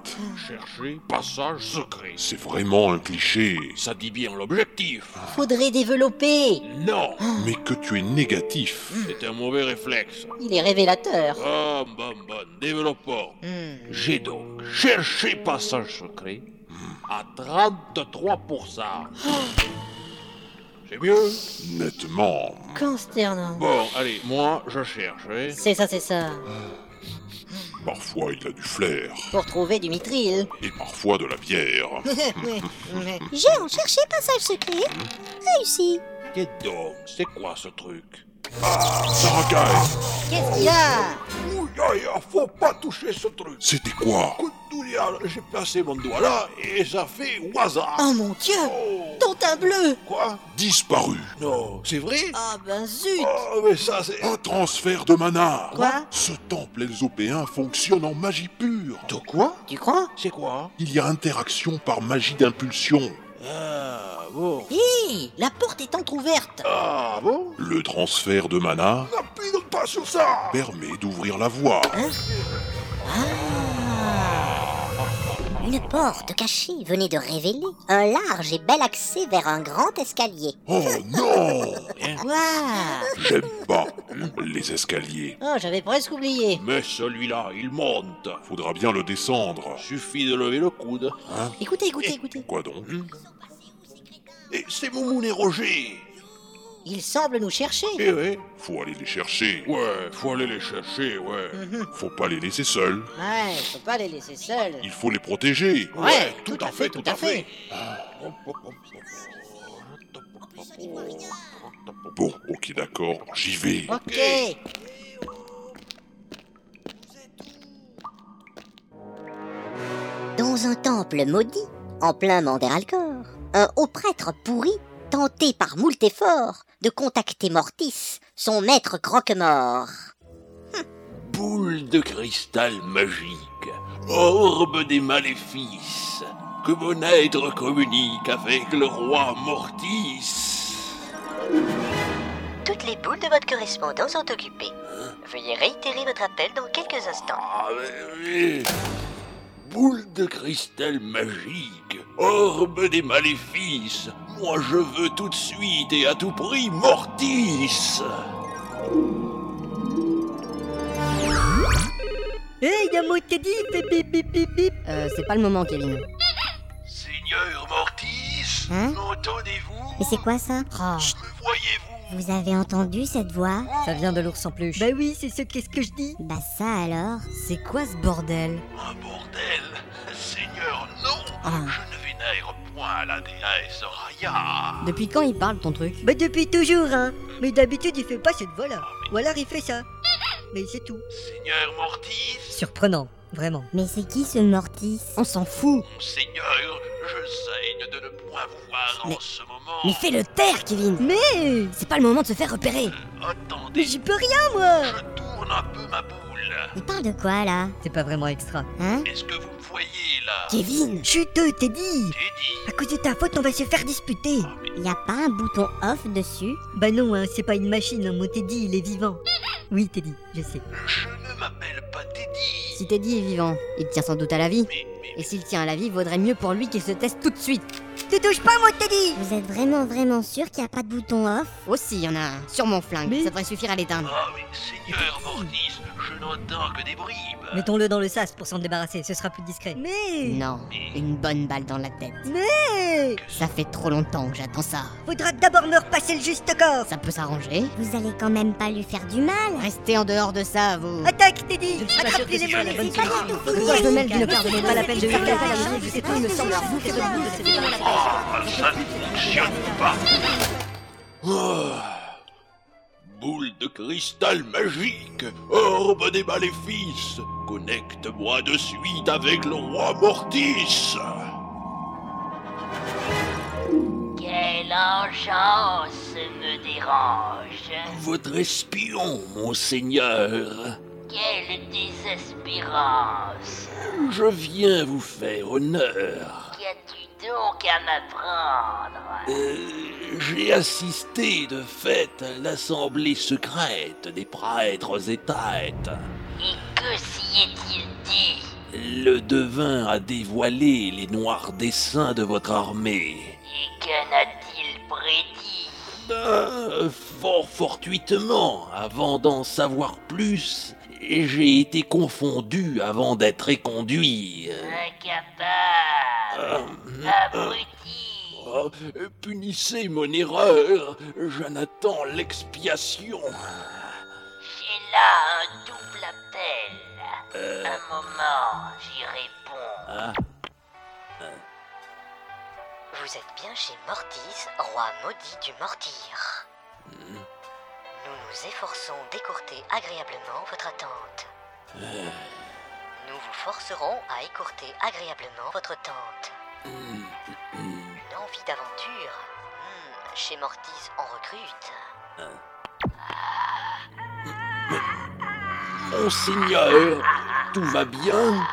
Speaker 5: Chercher passage secret.
Speaker 2: C'est vraiment un cliché.
Speaker 5: Ça dit bien l'objectif.
Speaker 1: Faudrait développer.
Speaker 5: Non
Speaker 2: (gasps) Mais que tu es négatif.
Speaker 5: C'est un mauvais réflexe.
Speaker 1: Il est révélateur.
Speaker 5: Bon, bon, bon, développons. J'ai donc cherché passage secret à 33%. C'est mieux
Speaker 2: Nettement.
Speaker 1: Consternant.
Speaker 5: Bon, allez, moi, je cherche. hein.
Speaker 1: C'est ça, c'est ça.
Speaker 2: (sighs) Parfois il a du flair.
Speaker 1: Pour trouver du
Speaker 5: (laughs)
Speaker 1: mitril. (laughs)
Speaker 2: Et parfois de la bière.
Speaker 1: J'ai en cherché passage secret. Réussi.
Speaker 5: Dis donc, c'est quoi ce truc
Speaker 2: Ah, Sarakaï,
Speaker 1: Qu'est-ce qu'il y a
Speaker 5: Ouh, aïe, aïe, faut pas toucher ce truc.
Speaker 2: c'était quoi
Speaker 5: Coup de doulial, j'ai placé mon doigt là et ça fait waza.
Speaker 1: Oh mon dieu
Speaker 5: Oh,
Speaker 1: Dont un bleu
Speaker 5: quoi
Speaker 2: Disparu.
Speaker 5: Non, c'est vrai
Speaker 1: Euh. Ah ben zut
Speaker 5: Oh, mais ça, c'est...
Speaker 2: Un transfert de mana.
Speaker 1: Quoi
Speaker 2: Ce temple elzopéen fonctionne en magie pure.
Speaker 5: De quoi
Speaker 1: Tu crois
Speaker 5: C'est quoi
Speaker 2: Il y a interaction par magie d'impulsion.
Speaker 5: Ah, bon.
Speaker 1: Hé La porte est entr'ouverte
Speaker 5: Ah, bon
Speaker 2: Le transfert de mana
Speaker 5: N'appuie donc pas sur ça
Speaker 2: permet d'ouvrir la voie.
Speaker 1: Hein Une porte cachée venait de révéler un large et bel accès vers un grand escalier.
Speaker 2: Oh
Speaker 1: (laughs)
Speaker 2: non
Speaker 1: Quoi
Speaker 2: J'aime pas les escaliers.
Speaker 4: Oh, j'avais presque oublié.
Speaker 5: Mais celui-là, il monte.
Speaker 2: Faudra bien le descendre. Hein
Speaker 5: Suffit de lever le coude. Hum.
Speaker 4: Écoutez, écoutez, écoutez.
Speaker 2: Quoi donc
Speaker 5: Et c'est Moumoun et Roger
Speaker 4: Il semble nous chercher.
Speaker 5: Eh ouais
Speaker 2: Faut aller les chercher.
Speaker 5: Ouais, faut aller les chercher, ouais.
Speaker 1: Mhm.
Speaker 2: Faut pas les laisser seuls.
Speaker 4: Ouais, faut pas les laisser seuls.
Speaker 2: Il faut les protéger.
Speaker 5: Ouais, tout, à fait, tout à fait.
Speaker 4: Bon, ok, d'accord, j'y vais.
Speaker 7: Ok.
Speaker 1: Dans un temple maudit, en plein Manderalcor, un haut prêtre pourri tentait par moult efforts de contacter Mortis, son maître croque-mort.
Speaker 5: Boule de cristal magique, orbe des maléfices, que mon être communique avec le roi Mortis.
Speaker 14: Toutes les boules de votre correspondance sont occupées. Veuillez réitérer votre appel dans quelques instants.
Speaker 5: Ah, mais- mais- Boule de cristal magique, orbe des maléfices, moi je veux tout de suite et à tout prix Mortis.
Speaker 15: Hé, y'a un mot qui est dit, bip bip bip bip bip
Speaker 16: Euh, c'est pas le moment, Kevin.
Speaker 5: Seigneur Mortis, m'entendez-vous
Speaker 16: Hein Mais c'est quoi ça Vous avez entendu cette voix
Speaker 15: Ça vient de l'ours en peluche. Bah oui, c'est ce qu'est-ce que je dis.
Speaker 16: Bah ça alors C'est quoi ce bordel
Speaker 5: Bordel, Seigneur, non
Speaker 16: Ah.
Speaker 5: Je ne vénère point la déesse Raya.
Speaker 16: Depuis quand il parle ton truc
Speaker 15: Bah depuis toujours, hein. Mais d'habitude, il fait pas cette voix-là. Ou alors, il fait ça. Mais c'est tout.
Speaker 5: Seigneur Mortis,
Speaker 15: Surprenant, vraiment.
Speaker 16: Mais c'est qui ce Mortis On s'en fout
Speaker 5: Seigneur, je saigne de ne point vous voir en ce moment.
Speaker 16: Mais fais le taire, Kevin
Speaker 15: Mais
Speaker 16: C'est pas le moment de se faire repérer
Speaker 15: Mais j'y peux rien, moi
Speaker 5: Tourne un peu ma boule.
Speaker 16: Il parle de quoi là
Speaker 15: C'est pas vraiment extra.
Speaker 16: Hein
Speaker 5: Est-ce que vous me voyez là
Speaker 16: Kevin
Speaker 15: Chut, Teddy Teddy À cause de ta faute, on va se faire disputer
Speaker 16: Y a pas un bouton off dessus
Speaker 15: Bah non, hein, c'est pas une machine, hein, mon Teddy, il est vivant. Oui, Teddy, je sais.
Speaker 16: Si Teddy est vivant, il tient sans doute à la vie. Et s'il tient à la vie, vaudrait mieux pour lui qu'il se teste tout de suite.
Speaker 15: Tu touches pas, mon Teddy
Speaker 16: Vous êtes vraiment, vraiment sûr qu'il n'y a pas de bouton off Oh si, y en a un. Sur mon flingue, ça devrait suffire à l'éteindre.
Speaker 5: Seigneur Mortis, je n'entends que des bruits.
Speaker 16: bah.
Speaker 15: Mettons-le dans le sas pour s'en débarrasser, ce sera plus discret. Mais
Speaker 16: Non, une bonne balle dans la tête.
Speaker 15: Mais
Speaker 16: Ça fait trop longtemps que j'attends ça.
Speaker 15: Faudra d'abord me repasser le juste corps
Speaker 16: Ça peut s'arranger. Vous allez quand même pas lui faire du mal Restez en dehors de ça, vous
Speaker 15: Attaque, Teddy Attrape les
Speaker 16: soit
Speaker 15: émois,
Speaker 16: la
Speaker 15: les
Speaker 16: bonne
Speaker 15: émois.
Speaker 16: solution.
Speaker 15: Pourquoi
Speaker 16: De quoi je me mêle,
Speaker 15: Calme,
Speaker 16: Vinocard,
Speaker 15: c'est pas la peine de lui faire la logique, c'est tout, il me semble. Vous, c'est le bout, c'est pas la peine.
Speaker 5: Ah, Ça ne fonctionne pas. Ah. Boule de cristal magique, orbe des maléfices, connecte-moi de suite avec le roi Mortis.
Speaker 14: Quelle engeance me dérange
Speaker 5: Votre espion, monseigneur.
Speaker 14: Quelle désespérance
Speaker 5: Je viens vous faire honneur.
Speaker 14: Qu'as-tu donc à m'apprendre
Speaker 5: Euh, J'ai assisté de fait à l'assemblée secrète des prêtres et têtes.
Speaker 14: Et que s'y est-il dit
Speaker 5: Le devin a dévoilé les noirs desseins de votre armée.
Speaker 14: Et que n'a-t-il prédit
Speaker 5: Euh, fort fortuitement, avant d'en savoir plus, j'ai été confondu avant d'être éconduit.
Speaker 14: Incapable
Speaker 5: Euh, oh, punissez mon erreur, j'en attends l'expiation.
Speaker 14: J'ai là un double appel. Un moment, j'y réponds.
Speaker 5: Ah,
Speaker 14: Vous êtes bien chez Mortis, roi maudit du Mortir. Nous nous efforçons d'écourter agréablement votre attente. Nous vous forcerons à écourter agréablement votre tente. Une envie d'aventure Hmm, Chez Mortis, on recrute.
Speaker 5: monseigneur, tout va bien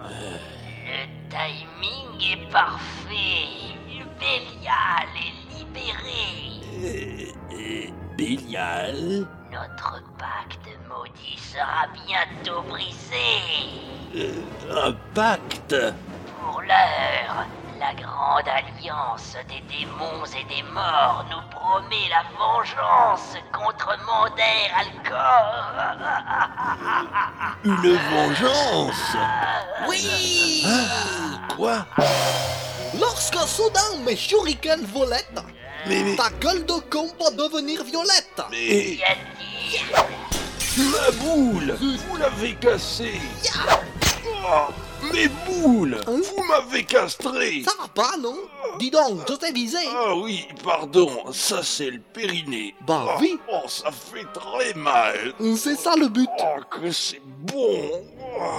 Speaker 14: Le timing est parfait. Bélial est libéré.
Speaker 5: Bélial
Speaker 14: Notre pacte maudit sera bientôt brisé.
Speaker 5: Euh, Un pacte
Speaker 14: Pour l'heure, la grande alliance des démons et des morts nous promet la vengeance contre Mander
Speaker 5: Ah,
Speaker 14: Alcor.
Speaker 5: Une vengeance
Speaker 9: Oui
Speaker 5: Quoi
Speaker 9: Lorsque soudain mes shurikens violettes, ta gueule de con va devenir violette
Speaker 5: Mais- Ma boule Vous l'avez cassée Oh, Mes boules Vous m'avez castré
Speaker 9: Ça va pas, non Dis donc, je t'ai visé
Speaker 5: Ah oui, pardon, ça c'est le périnée.
Speaker 9: Bah
Speaker 5: Ah,
Speaker 9: oui.
Speaker 5: Oh, ça fait très mal
Speaker 9: C'est ça le but
Speaker 5: Oh, que c'est bon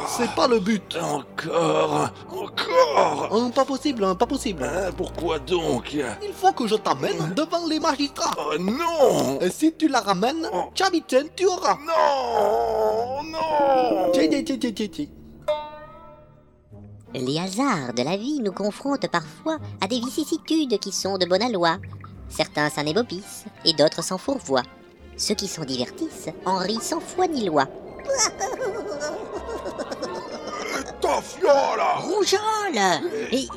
Speaker 9: C'est pas le but
Speaker 5: Encore Encore
Speaker 9: Hein, Pas possible, hein, pas possible
Speaker 5: Hein, Pourquoi donc
Speaker 9: Il faut que je t'amène devant les magistrats
Speaker 5: Oh non Oh.
Speaker 9: Et si tu la ramènes, Chaviten, tu auras
Speaker 5: Non Non
Speaker 9: Tiens, tiens, tiens, tiens, tiens, tiens.
Speaker 1: Les hasards de la vie nous confrontent parfois à des vicissitudes qui sont de bonne aloi. Certains s'en ébobissent et d'autres s'en fourvoient. Ceux qui s'en divertissent en rient sans foi ni loi.
Speaker 5: Attention là
Speaker 1: Rougeole Et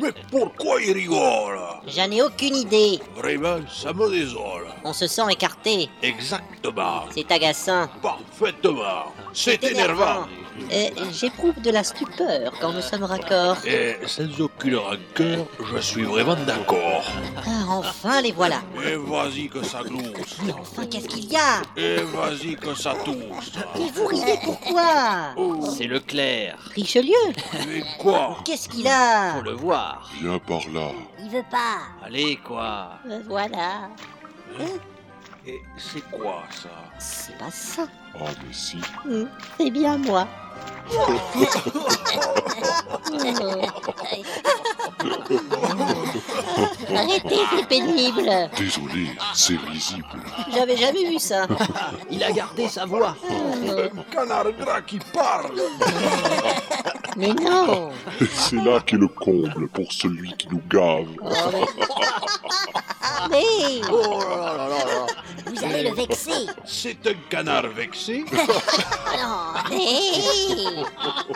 Speaker 5: Mais pourquoi il rigole
Speaker 1: j'en ai aucune idée.
Speaker 5: Vraiment, ça me désole.
Speaker 1: On se sent écarté.
Speaker 5: Exactement.
Speaker 1: C'est agaçant.
Speaker 5: Parfaitement. C'est énervant.
Speaker 1: Euh, J'éprouve de la stupeur quand nous sommes raccords.
Speaker 5: Et Eh, sans aucune rancœur, je suis vraiment d'accord.
Speaker 1: Ah, enfin les voilà.
Speaker 5: Et vas-y que ça glousse.
Speaker 1: Enfin, qu'est-ce qu'il y a
Speaker 5: Et vas-y que ça tousse.
Speaker 1: Mais vous riez pourquoi
Speaker 7: C'est Leclerc.
Speaker 1: Richelieu
Speaker 5: Mais quoi
Speaker 1: Qu'est-ce qu'il
Speaker 7: Ah.
Speaker 1: a
Speaker 7: Faut le voir.
Speaker 4: Viens par là.
Speaker 1: Il veut pas.
Speaker 7: Allez, quoi.
Speaker 1: Me voilà.
Speaker 5: Hein? Et c'est quoi ça
Speaker 1: C'est pas ça.
Speaker 4: Ah, mais si.
Speaker 6: Hmm, C'est bien moi.
Speaker 1: (laughs)
Speaker 5: (laughs)
Speaker 1: Arrêtez, c'est pénible.
Speaker 4: Désolé, c'est visible.
Speaker 6: J'avais jamais vu ça.
Speaker 7: (laughs) Il a gardé sa voix.
Speaker 5: Canard gras Mmh. qui parle
Speaker 6: Mais non
Speaker 4: Et c'est là qu'est le comble pour celui qui nous gave.
Speaker 6: Mais
Speaker 5: Oh là là là là
Speaker 1: Vous allez le vexer.
Speaker 5: C'est un canard vexé
Speaker 6: Hey (laughs)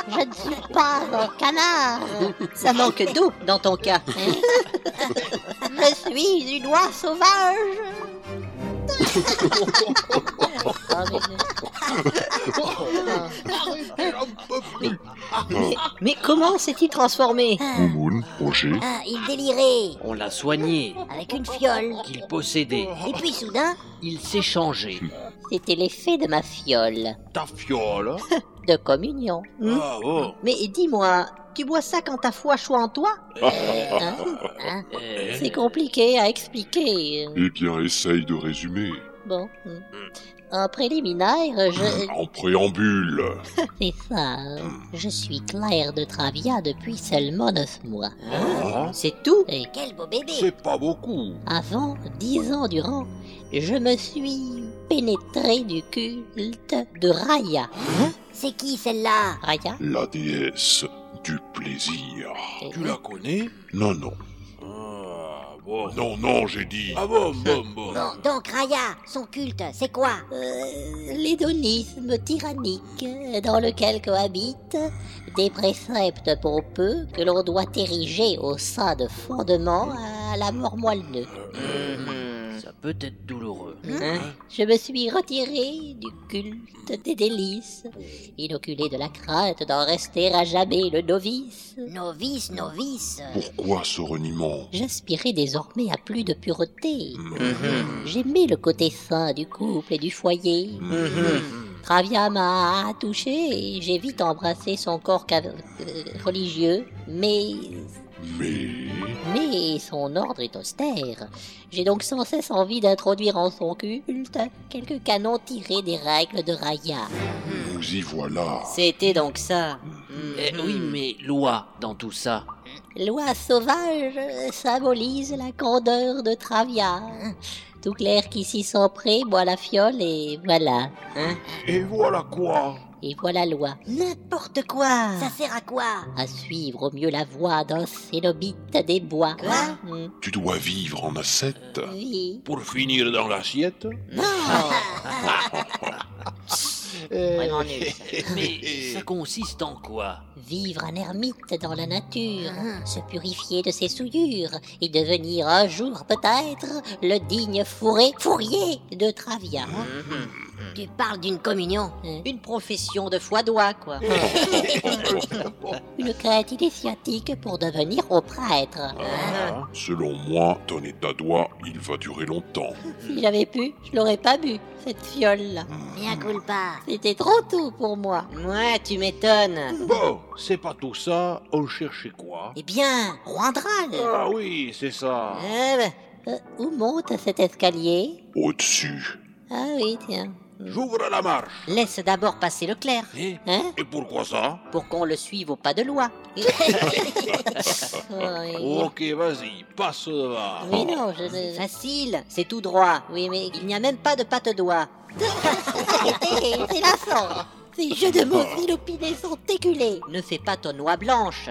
Speaker 6: Je ne suis pas un canard Ça manque d'eau dans ton cas
Speaker 5: Mmh.
Speaker 6: Je suis une oie
Speaker 1: (laughs)
Speaker 6: sauvage
Speaker 1: Oh,
Speaker 6: mais, mais comment s'est-il transformé
Speaker 4: Moumoun, Roger,
Speaker 1: Ah, il délirait.
Speaker 7: On l'a soigné.
Speaker 1: Avec une fiole.
Speaker 7: Il possédait.
Speaker 1: Et puis soudain,
Speaker 7: Il s'est changé.
Speaker 1: c'était l'effet de ma fiole.
Speaker 5: Ta fiole
Speaker 1: De communion.
Speaker 5: Ah bon
Speaker 6: Hmm? Mais dis-moi, tu bois ça quand ta foi choix en toi
Speaker 1: Hein Hein
Speaker 7: Euh,
Speaker 6: C'est compliqué à expliquer.
Speaker 4: eh bien, essaye de résumer.
Speaker 6: Bon. Hmm. En préliminaire, je...
Speaker 4: En préambule.
Speaker 6: (laughs) C'est ça. hein. Je suis Claire de Travia depuis seulement 9 mois. C'est tout Et
Speaker 1: Quel beau bébé.
Speaker 5: Hein? C'est pas beaucoup.
Speaker 6: avant, 10 ans durant, je me suis pénétré du culte de Raya.
Speaker 5: Hein?
Speaker 1: C'est qui celle-là
Speaker 6: Raya
Speaker 4: La déesse du plaisir.
Speaker 5: Tu la connais
Speaker 4: Non, non.
Speaker 5: Ah bon.
Speaker 4: Non, non, j'ai dit.
Speaker 5: Ah bon, bon, bon.
Speaker 1: Bon, donc Raya, son culte, c'est quoi
Speaker 6: Euh, L'hédonisme tyrannique euh, dans lequel cohabitent des préceptes pompeux que l'on doit ériger au sein de fondement à la mort moelleux.
Speaker 7: Mm-hmm. Ça peut être douloureux. Hein
Speaker 6: Je me suis retiré du culte des délices, inoculé de la crainte d'en rester à jamais le novice.
Speaker 1: Novice, novice.
Speaker 4: Pourquoi ce reniement
Speaker 6: J'aspirais désormais à plus de pureté.
Speaker 5: Mm-hmm.
Speaker 6: J'aimais le côté sain du couple et du foyer.
Speaker 2: Mm-hmm.
Speaker 5: Mm-hmm.
Speaker 6: Travia m'a touché et j'ai vite embrassé son corps cav- euh, religieux, mais,
Speaker 4: Mais.
Speaker 6: mais son ordre est austère. J'ai donc sans cesse envie d'introduire en son culte quelques canons tirés des règles de Raya.
Speaker 4: Nous y voilà.
Speaker 6: C'était donc ça.
Speaker 7: Eh oui, mais loi dans tout
Speaker 5: (laughs)
Speaker 7: ça.
Speaker 6: L'oie sauvage symbolise la candeur de Travia. Tout clair qui s'y sent prêt boit la fiole et voilà.
Speaker 7: Hein?
Speaker 5: Et voilà quoi
Speaker 6: Et voilà l'oie.
Speaker 1: N'importe quoi. Ça sert à quoi
Speaker 6: À suivre au mieux la voie d'un cénobite des bois.
Speaker 1: Quoi
Speaker 6: Hmm.
Speaker 4: Tu dois vivre en ascète.
Speaker 6: Oui.
Speaker 5: Pour finir dans l'assiette (laughs)
Speaker 17: Vraiment nul. ça.
Speaker 7: (laughs) Mais ça consiste en quoi
Speaker 6: Vivre un ermite dans la nature, se purifier de ses souillures et devenir un jour peut-être le digne fourré fourrier de Travia. Hum.
Speaker 1: Tu parles d'une communion
Speaker 6: Une profession de foi d'oie, quoi. Une quête initiatique pour devenir au prêtre. Ah.
Speaker 4: Selon moi, ton état d'oie, il va durer longtemps.
Speaker 6: Si j'avais pu, je l'aurais pas bu, cette fiole-là.
Speaker 1: Bien pas.
Speaker 6: C'était trop tôt pour moi. Ouais, tu m'étonnes.
Speaker 5: Bon, c'est pas tout ça, on cherchait quoi
Speaker 6: Eh bien, Rwandral
Speaker 5: Ah oui, c'est ça.
Speaker 6: Eh ben, euh, où monte cet escalier
Speaker 4: Au-dessus.
Speaker 6: Ah oui, tiens.
Speaker 5: J'ouvre la marche.
Speaker 6: Laisse d'abord passer le clerc. Hein
Speaker 5: Et pourquoi ça
Speaker 6: Pour qu'on le suive au pas
Speaker 5: (laughs)
Speaker 6: de loi. Oh, eh Oui.
Speaker 5: Ok, vas-y, passe devant.
Speaker 6: Oui, non, je ne- Facile, c'est tout droit. Oui, mais il n'y a même pas de patte d'oie. Hé, c'est Vincent Ces jeux de mots inopinés sont éculés. Ne fais pas ton oie blanche.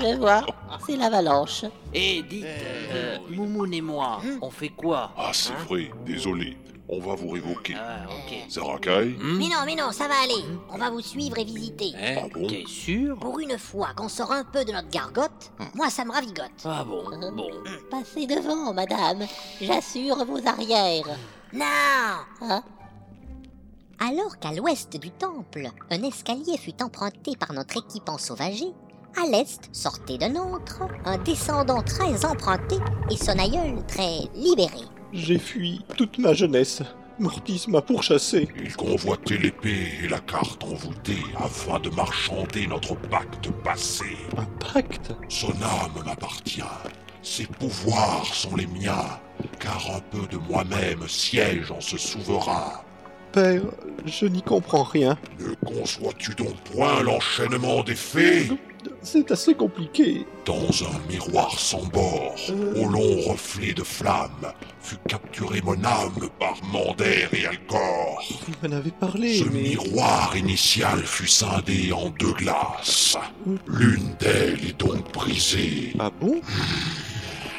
Speaker 6: je vois, c'est l'avalanche.
Speaker 7: Eh, dites, euh,
Speaker 5: Eh,
Speaker 7: Moumoun et moi, on fait quoi
Speaker 4: Ah, c'est
Speaker 7: hein
Speaker 4: vrai, désolé. On va vous révoquer.
Speaker 7: Ah, ok. Hmm.
Speaker 4: Zarakai
Speaker 2: Hmm?
Speaker 1: Mais non, mais non, ça va aller. On va vous suivre et visiter.
Speaker 2: Eh?
Speaker 4: Ah bon
Speaker 7: T'es sûr
Speaker 1: Pour une fois qu'on sort un peu de notre gargote,
Speaker 6: Hmm.
Speaker 1: moi ça me ravigote.
Speaker 7: Ah bon, bon.
Speaker 6: Passez devant, madame. J'assure vos arrières.
Speaker 1: Non
Speaker 6: Hein
Speaker 1: Alors qu'à l'ouest du temple, un escalier fut emprunté par notre équipe ensauvagée, à l'est sortait d'un autre un descendant très emprunté et son aïeul très libéré.
Speaker 3: J'ai fui toute ma jeunesse. Mortis m'a pourchassé.
Speaker 2: Il convoitait l'épée et la carte envoûtée afin de marchander notre pacte passé.
Speaker 3: Un pacte
Speaker 2: Son âme m'appartient. Ses pouvoirs sont les miens, car un peu de moi-même siège en ce souverain.
Speaker 3: Père, je n'y comprends rien.
Speaker 2: Ne conçois-tu donc point l'enchaînement des faits
Speaker 3: C'est assez compliqué.
Speaker 2: Dans un miroir sans bord, au long reflet de flamme, fut capturée mon âme par Mandère et Alcor.
Speaker 3: Vous m'en avez parlé,
Speaker 2: Ce
Speaker 3: mais...
Speaker 2: miroir initial fut scindé en deux glaces. L'une d'elles est donc brisée,
Speaker 3: Ah bon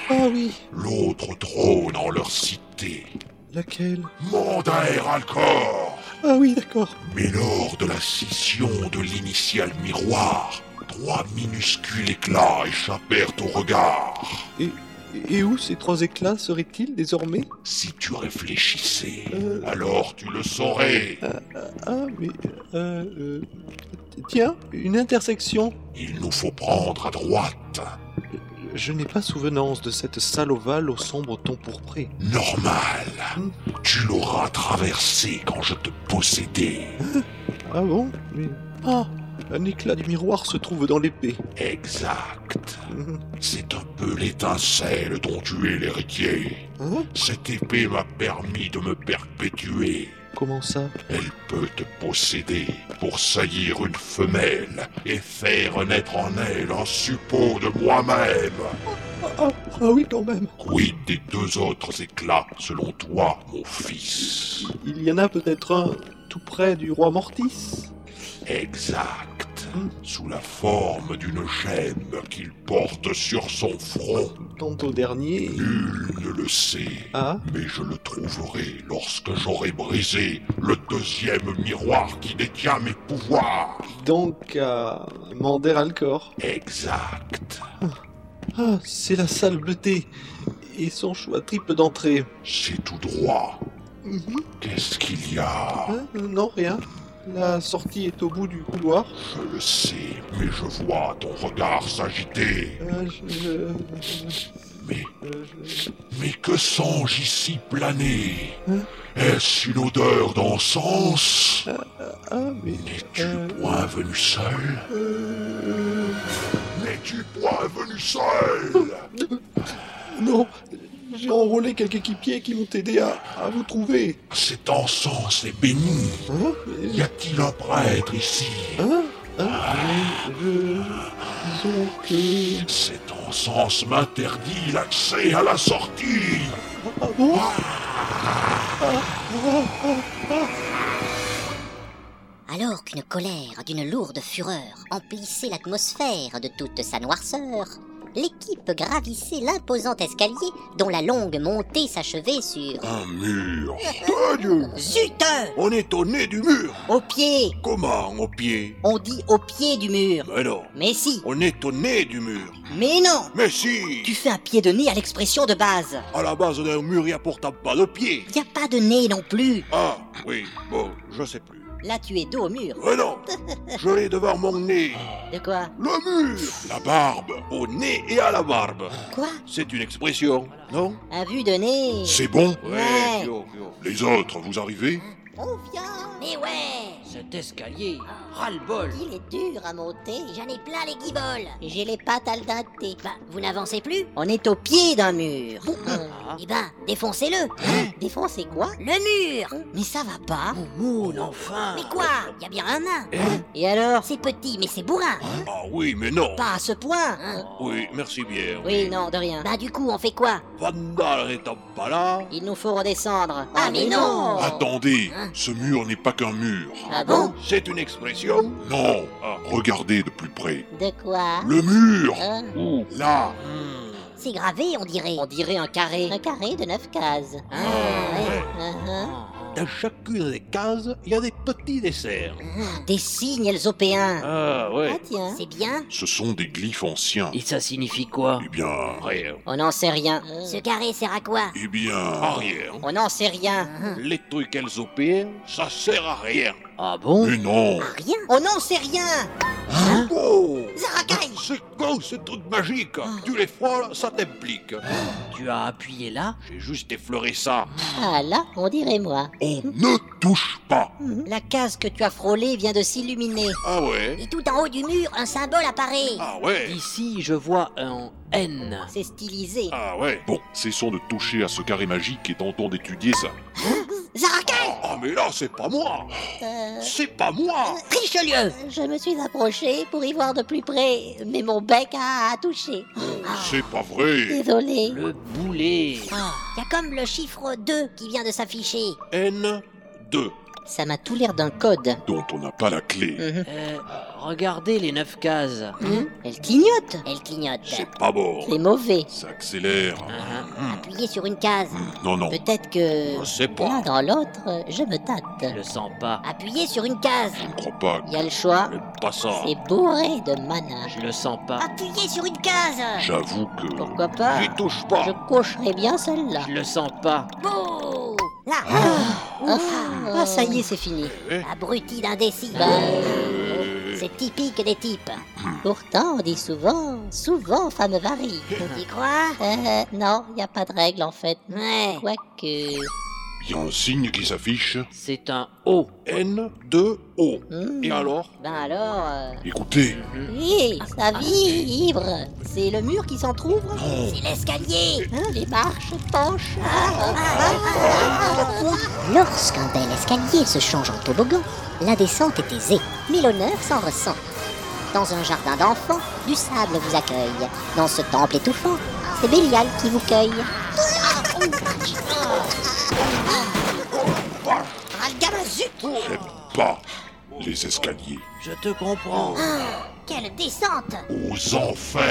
Speaker 3: Ah oui,
Speaker 2: l'autre trône en leur cité.
Speaker 3: laquelle
Speaker 2: Mandaire Alcor,
Speaker 3: Ah oui, d'accord.
Speaker 2: mais lors de la scission de l'initial miroir, trois minuscules éclats échappèrent au regard.
Speaker 3: Et, et où ces trois éclats seraient-ils désormais
Speaker 2: Si tu réfléchissais,
Speaker 3: Euh.
Speaker 2: alors tu le saurais.
Speaker 3: Ah, mais... euh, euh, Tiens, une intersection.
Speaker 2: Il nous faut prendre à droite.
Speaker 3: Je n'ai pas souvenance de cette salle ovale au sombre ton pourpré.
Speaker 2: Normal. Tu l'auras traversé quand je te possédais.
Speaker 3: Ah bon Mais- Ah Un éclat du miroir se trouve dans l'épée.
Speaker 2: Exact.
Speaker 3: Mhm.
Speaker 2: C'est un peu l'étincelle dont tu es l'héritier.
Speaker 3: Hein
Speaker 2: Cette épée m'a permis de me perpétuer.
Speaker 3: Comment ça
Speaker 2: Elle peut te posséder pour saillir une femelle et faire naître en elle un suppôt de moi-même.
Speaker 3: ah, ah, ah oui, quand même
Speaker 2: Quid des deux autres éclats, selon toi, mon fils
Speaker 3: Il y en a peut-être un tout près du roi Mortis.
Speaker 2: Exact. Sous la forme d'une gemme qu'il porte sur son front.
Speaker 3: Quant au dernier...
Speaker 2: Nul ne le sait.
Speaker 3: Ah
Speaker 2: Mais je le trouverai lorsque j'aurai brisé le deuxième miroir qui détient mes pouvoirs.
Speaker 3: Donc à Mander Alcor.
Speaker 2: Exact.
Speaker 3: Ah, c'est la salle bleutée. Et son choix triple d'entrée.
Speaker 2: C'est tout droit.
Speaker 3: Mhm.
Speaker 2: Qu'est-ce qu'il y a
Speaker 3: Hein non, rien. La sortie est au bout du couloir.
Speaker 2: Je le sais, mais je vois ton regard s'agiter.
Speaker 3: Euh, je- je-
Speaker 2: Mais,
Speaker 3: euh, je-
Speaker 2: mais que songe ici planer
Speaker 3: Hein
Speaker 2: Est-ce une odeur d'encens
Speaker 3: Ah, mais...
Speaker 2: N'es-tu
Speaker 3: Euh.
Speaker 2: point venu seul
Speaker 3: euh,
Speaker 2: N'es-tu point venu seul
Speaker 3: (laughs) Non, j'ai enrôlé quelques équipiers qui m'ont aidé à,
Speaker 5: hein,
Speaker 3: à vous trouver.
Speaker 2: Cet encens est béni.
Speaker 3: Hein
Speaker 2: Y a-t-il un prêtre ici
Speaker 3: Hein Hein Je- Disons que...
Speaker 2: Cet encens m'interdit l'accès à la sortie.
Speaker 3: Ah bon
Speaker 1: Alors qu'une colère d'une lourde fureur emplissait l'atmosphère de toute sa noirceur, l'équipe gravissait l'imposant escalier dont la longue montée s'achevait sur...
Speaker 2: Un mur. Dieu
Speaker 1: Zut hein.
Speaker 5: On est au nez du mur
Speaker 1: Au pied
Speaker 5: Comment, au pied
Speaker 1: On dit au pied du mur.
Speaker 5: Mais non
Speaker 1: Mais si
Speaker 5: On est au nez du mur
Speaker 1: Mais non
Speaker 5: Mais si
Speaker 1: Tu fais un pied de nez à l'expression de base.
Speaker 5: À la base d'un mur, il n'y a pourtant pas de pied
Speaker 1: Y a pas de nez non plus.
Speaker 5: Ah, oui, bon, je sais plus.
Speaker 1: Là, tu es dos au mur.
Speaker 5: Mais non Je l'ai devant mon nez
Speaker 2: Ah,
Speaker 1: De quoi
Speaker 5: Le mur La barbe Au nez et à la barbe
Speaker 1: Quoi
Speaker 5: C'est une expression, non
Speaker 1: À vue de nez.
Speaker 2: C'est bon
Speaker 1: Ouais.
Speaker 5: Yo, yo.
Speaker 2: Les autres, vous arrivez
Speaker 1: On vient Mais ouais
Speaker 7: Cet escalier, ras-le-bol
Speaker 6: Il est dur à monter.
Speaker 1: J'en ai plein les guiboles
Speaker 6: J'ai les pattes al dente.
Speaker 1: Bah, vous n'avancez plus
Speaker 6: On est au pied d'un mur.
Speaker 1: Eh ben, défoncez-le
Speaker 5: Hein
Speaker 6: Défoncer quoi
Speaker 1: Le mur Oh, Mais ça va pas
Speaker 7: Moumoun, enfin
Speaker 1: Mais quoi Y a bien un nain
Speaker 6: Et alors
Speaker 1: C'est petit, mais c'est bourrin
Speaker 5: Eh Ah oui, mais non
Speaker 1: Pas à ce point hein.
Speaker 5: Oui, merci bien.
Speaker 6: Oui, non, de rien.
Speaker 1: Bah du coup, on fait quoi
Speaker 5: Vandal n'étant pas là...
Speaker 6: Il nous faut redescendre.
Speaker 1: Ah, mais non
Speaker 2: Attendez,
Speaker 1: Hein?
Speaker 2: ce mur n'est pas qu'un mur.
Speaker 6: Ah bon
Speaker 5: C'est une expression
Speaker 2: Non, regardez de plus près.
Speaker 6: De quoi
Speaker 2: Le mur Oh.
Speaker 6: Hein
Speaker 2: Là
Speaker 1: C'est gravé, on dirait.
Speaker 6: On dirait un carré. Ah. Un carré de 9 cases. Ouais. Uh-huh.
Speaker 5: Dans chacune des cases, il y a des petits desserts.
Speaker 6: Ah, Des signes elzopéens.
Speaker 5: Ah
Speaker 6: Ah tiens.
Speaker 1: C'est bien
Speaker 2: Ce sont des glyphes anciens.
Speaker 7: Et ça signifie quoi
Speaker 2: Eh bien...
Speaker 5: Rien.
Speaker 6: On n'en sait rien.
Speaker 1: Ce carré sert à quoi
Speaker 2: Eh bien...
Speaker 5: Arrière.
Speaker 6: On n'en sait rien.
Speaker 5: Les trucs elzopéens, ça sert à rien.
Speaker 7: Ah bon
Speaker 2: Mais non
Speaker 1: Rien
Speaker 6: On n'en sait rien.
Speaker 5: Oh
Speaker 1: Zarakai
Speaker 5: C'est quoi ce truc magique
Speaker 6: Ah.
Speaker 5: Tu les froids, ça t'implique.
Speaker 7: Tu as appuyé là
Speaker 5: J'ai juste effleuré ça.
Speaker 6: Ah là, on dirait moi. Mm-hmm.
Speaker 2: On ne touche pas
Speaker 6: La case que tu as frôlée vient de s'illuminer.
Speaker 5: Ah ouais
Speaker 1: Et tout en haut du mur, un symbole apparaît
Speaker 5: Ah ouais
Speaker 7: Ici, je vois un N.
Speaker 6: C'est stylisé.
Speaker 5: Ah ouais
Speaker 2: Bon, cessons de toucher à ce carré magique et tentons d'étudier ça.
Speaker 1: Zarakai
Speaker 5: Ah mais là, c'est pas moi
Speaker 6: Euh.
Speaker 5: C'est pas moi
Speaker 1: Richelieu
Speaker 6: Je me suis approché pour y voir de plus près, mais mon bec a, a touché.
Speaker 2: C'est pas vrai
Speaker 6: Désolé.
Speaker 7: Le boulet.
Speaker 6: Ah,
Speaker 1: Y a comme le chiffre 2 qui vient de s'afficher.
Speaker 5: N2,
Speaker 6: Ça m'a tout l'air d'un code.
Speaker 2: Dont on n'a pas la clé.
Speaker 7: Euh, regardez les neuf cases.
Speaker 6: Hmm?
Speaker 7: Hmm?
Speaker 6: Elle clignote.
Speaker 1: Elle clignote.
Speaker 5: c'est pas bon.
Speaker 6: C'est mauvais.
Speaker 2: Ça accélère.
Speaker 7: Ah, hein.
Speaker 1: Appuyez sur une case.
Speaker 2: Hmm, Non, non.
Speaker 6: Peut-être que
Speaker 5: Je sais
Speaker 6: là
Speaker 5: pas.
Speaker 6: dans l'autre, je me tâte.
Speaker 7: Je le sens pas.
Speaker 1: Appuyez sur une case.
Speaker 2: Je ne crois pas. Ah.
Speaker 6: Il y a le choix.
Speaker 5: Le passant.
Speaker 6: C'est bourré de mana.
Speaker 7: Je le sens pas.
Speaker 1: Appuyez sur une case.
Speaker 2: J'avoue que...
Speaker 6: Ah, Pourquoi pas
Speaker 5: J'y touche pas.
Speaker 6: Je cocherai bien celle-là.
Speaker 7: Je le sens pas.
Speaker 1: Bon Là
Speaker 6: Ah, ah, ça y est, c'est fini.
Speaker 1: Abruti d'indécis. C'est typique des types.
Speaker 6: Pourtant, on dit souvent, souvent, ça me varie.
Speaker 1: Tu crois
Speaker 6: Euh, non, il n'y a pas de règle en fait.
Speaker 1: Ouais.
Speaker 6: Quoique.
Speaker 2: Il y a un signe qui s'affiche.
Speaker 7: C'est un O.
Speaker 5: N2O.
Speaker 6: Hmm.
Speaker 5: Et alors
Speaker 6: Ben alors. euh,
Speaker 2: Écoutez,
Speaker 6: Oui, ça vibre C'est le mur qui s'entrouvre
Speaker 7: euh.
Speaker 1: C'est l'escalier.
Speaker 6: Hein, Les marches penchent
Speaker 1: Lorsqu'un bel escalier se change en toboggan, la descente est aisée, mais l'honneur s'en ressent. Dans un jardin d'enfants, du sable vous accueille. Dans ce temple étouffant, c'est Bélial qui vous cueille. Ah,
Speaker 2: j'aime pas les escaliers.
Speaker 7: Je te
Speaker 1: Ah,
Speaker 7: comprends.
Speaker 1: Quelle descente
Speaker 2: Aux enfers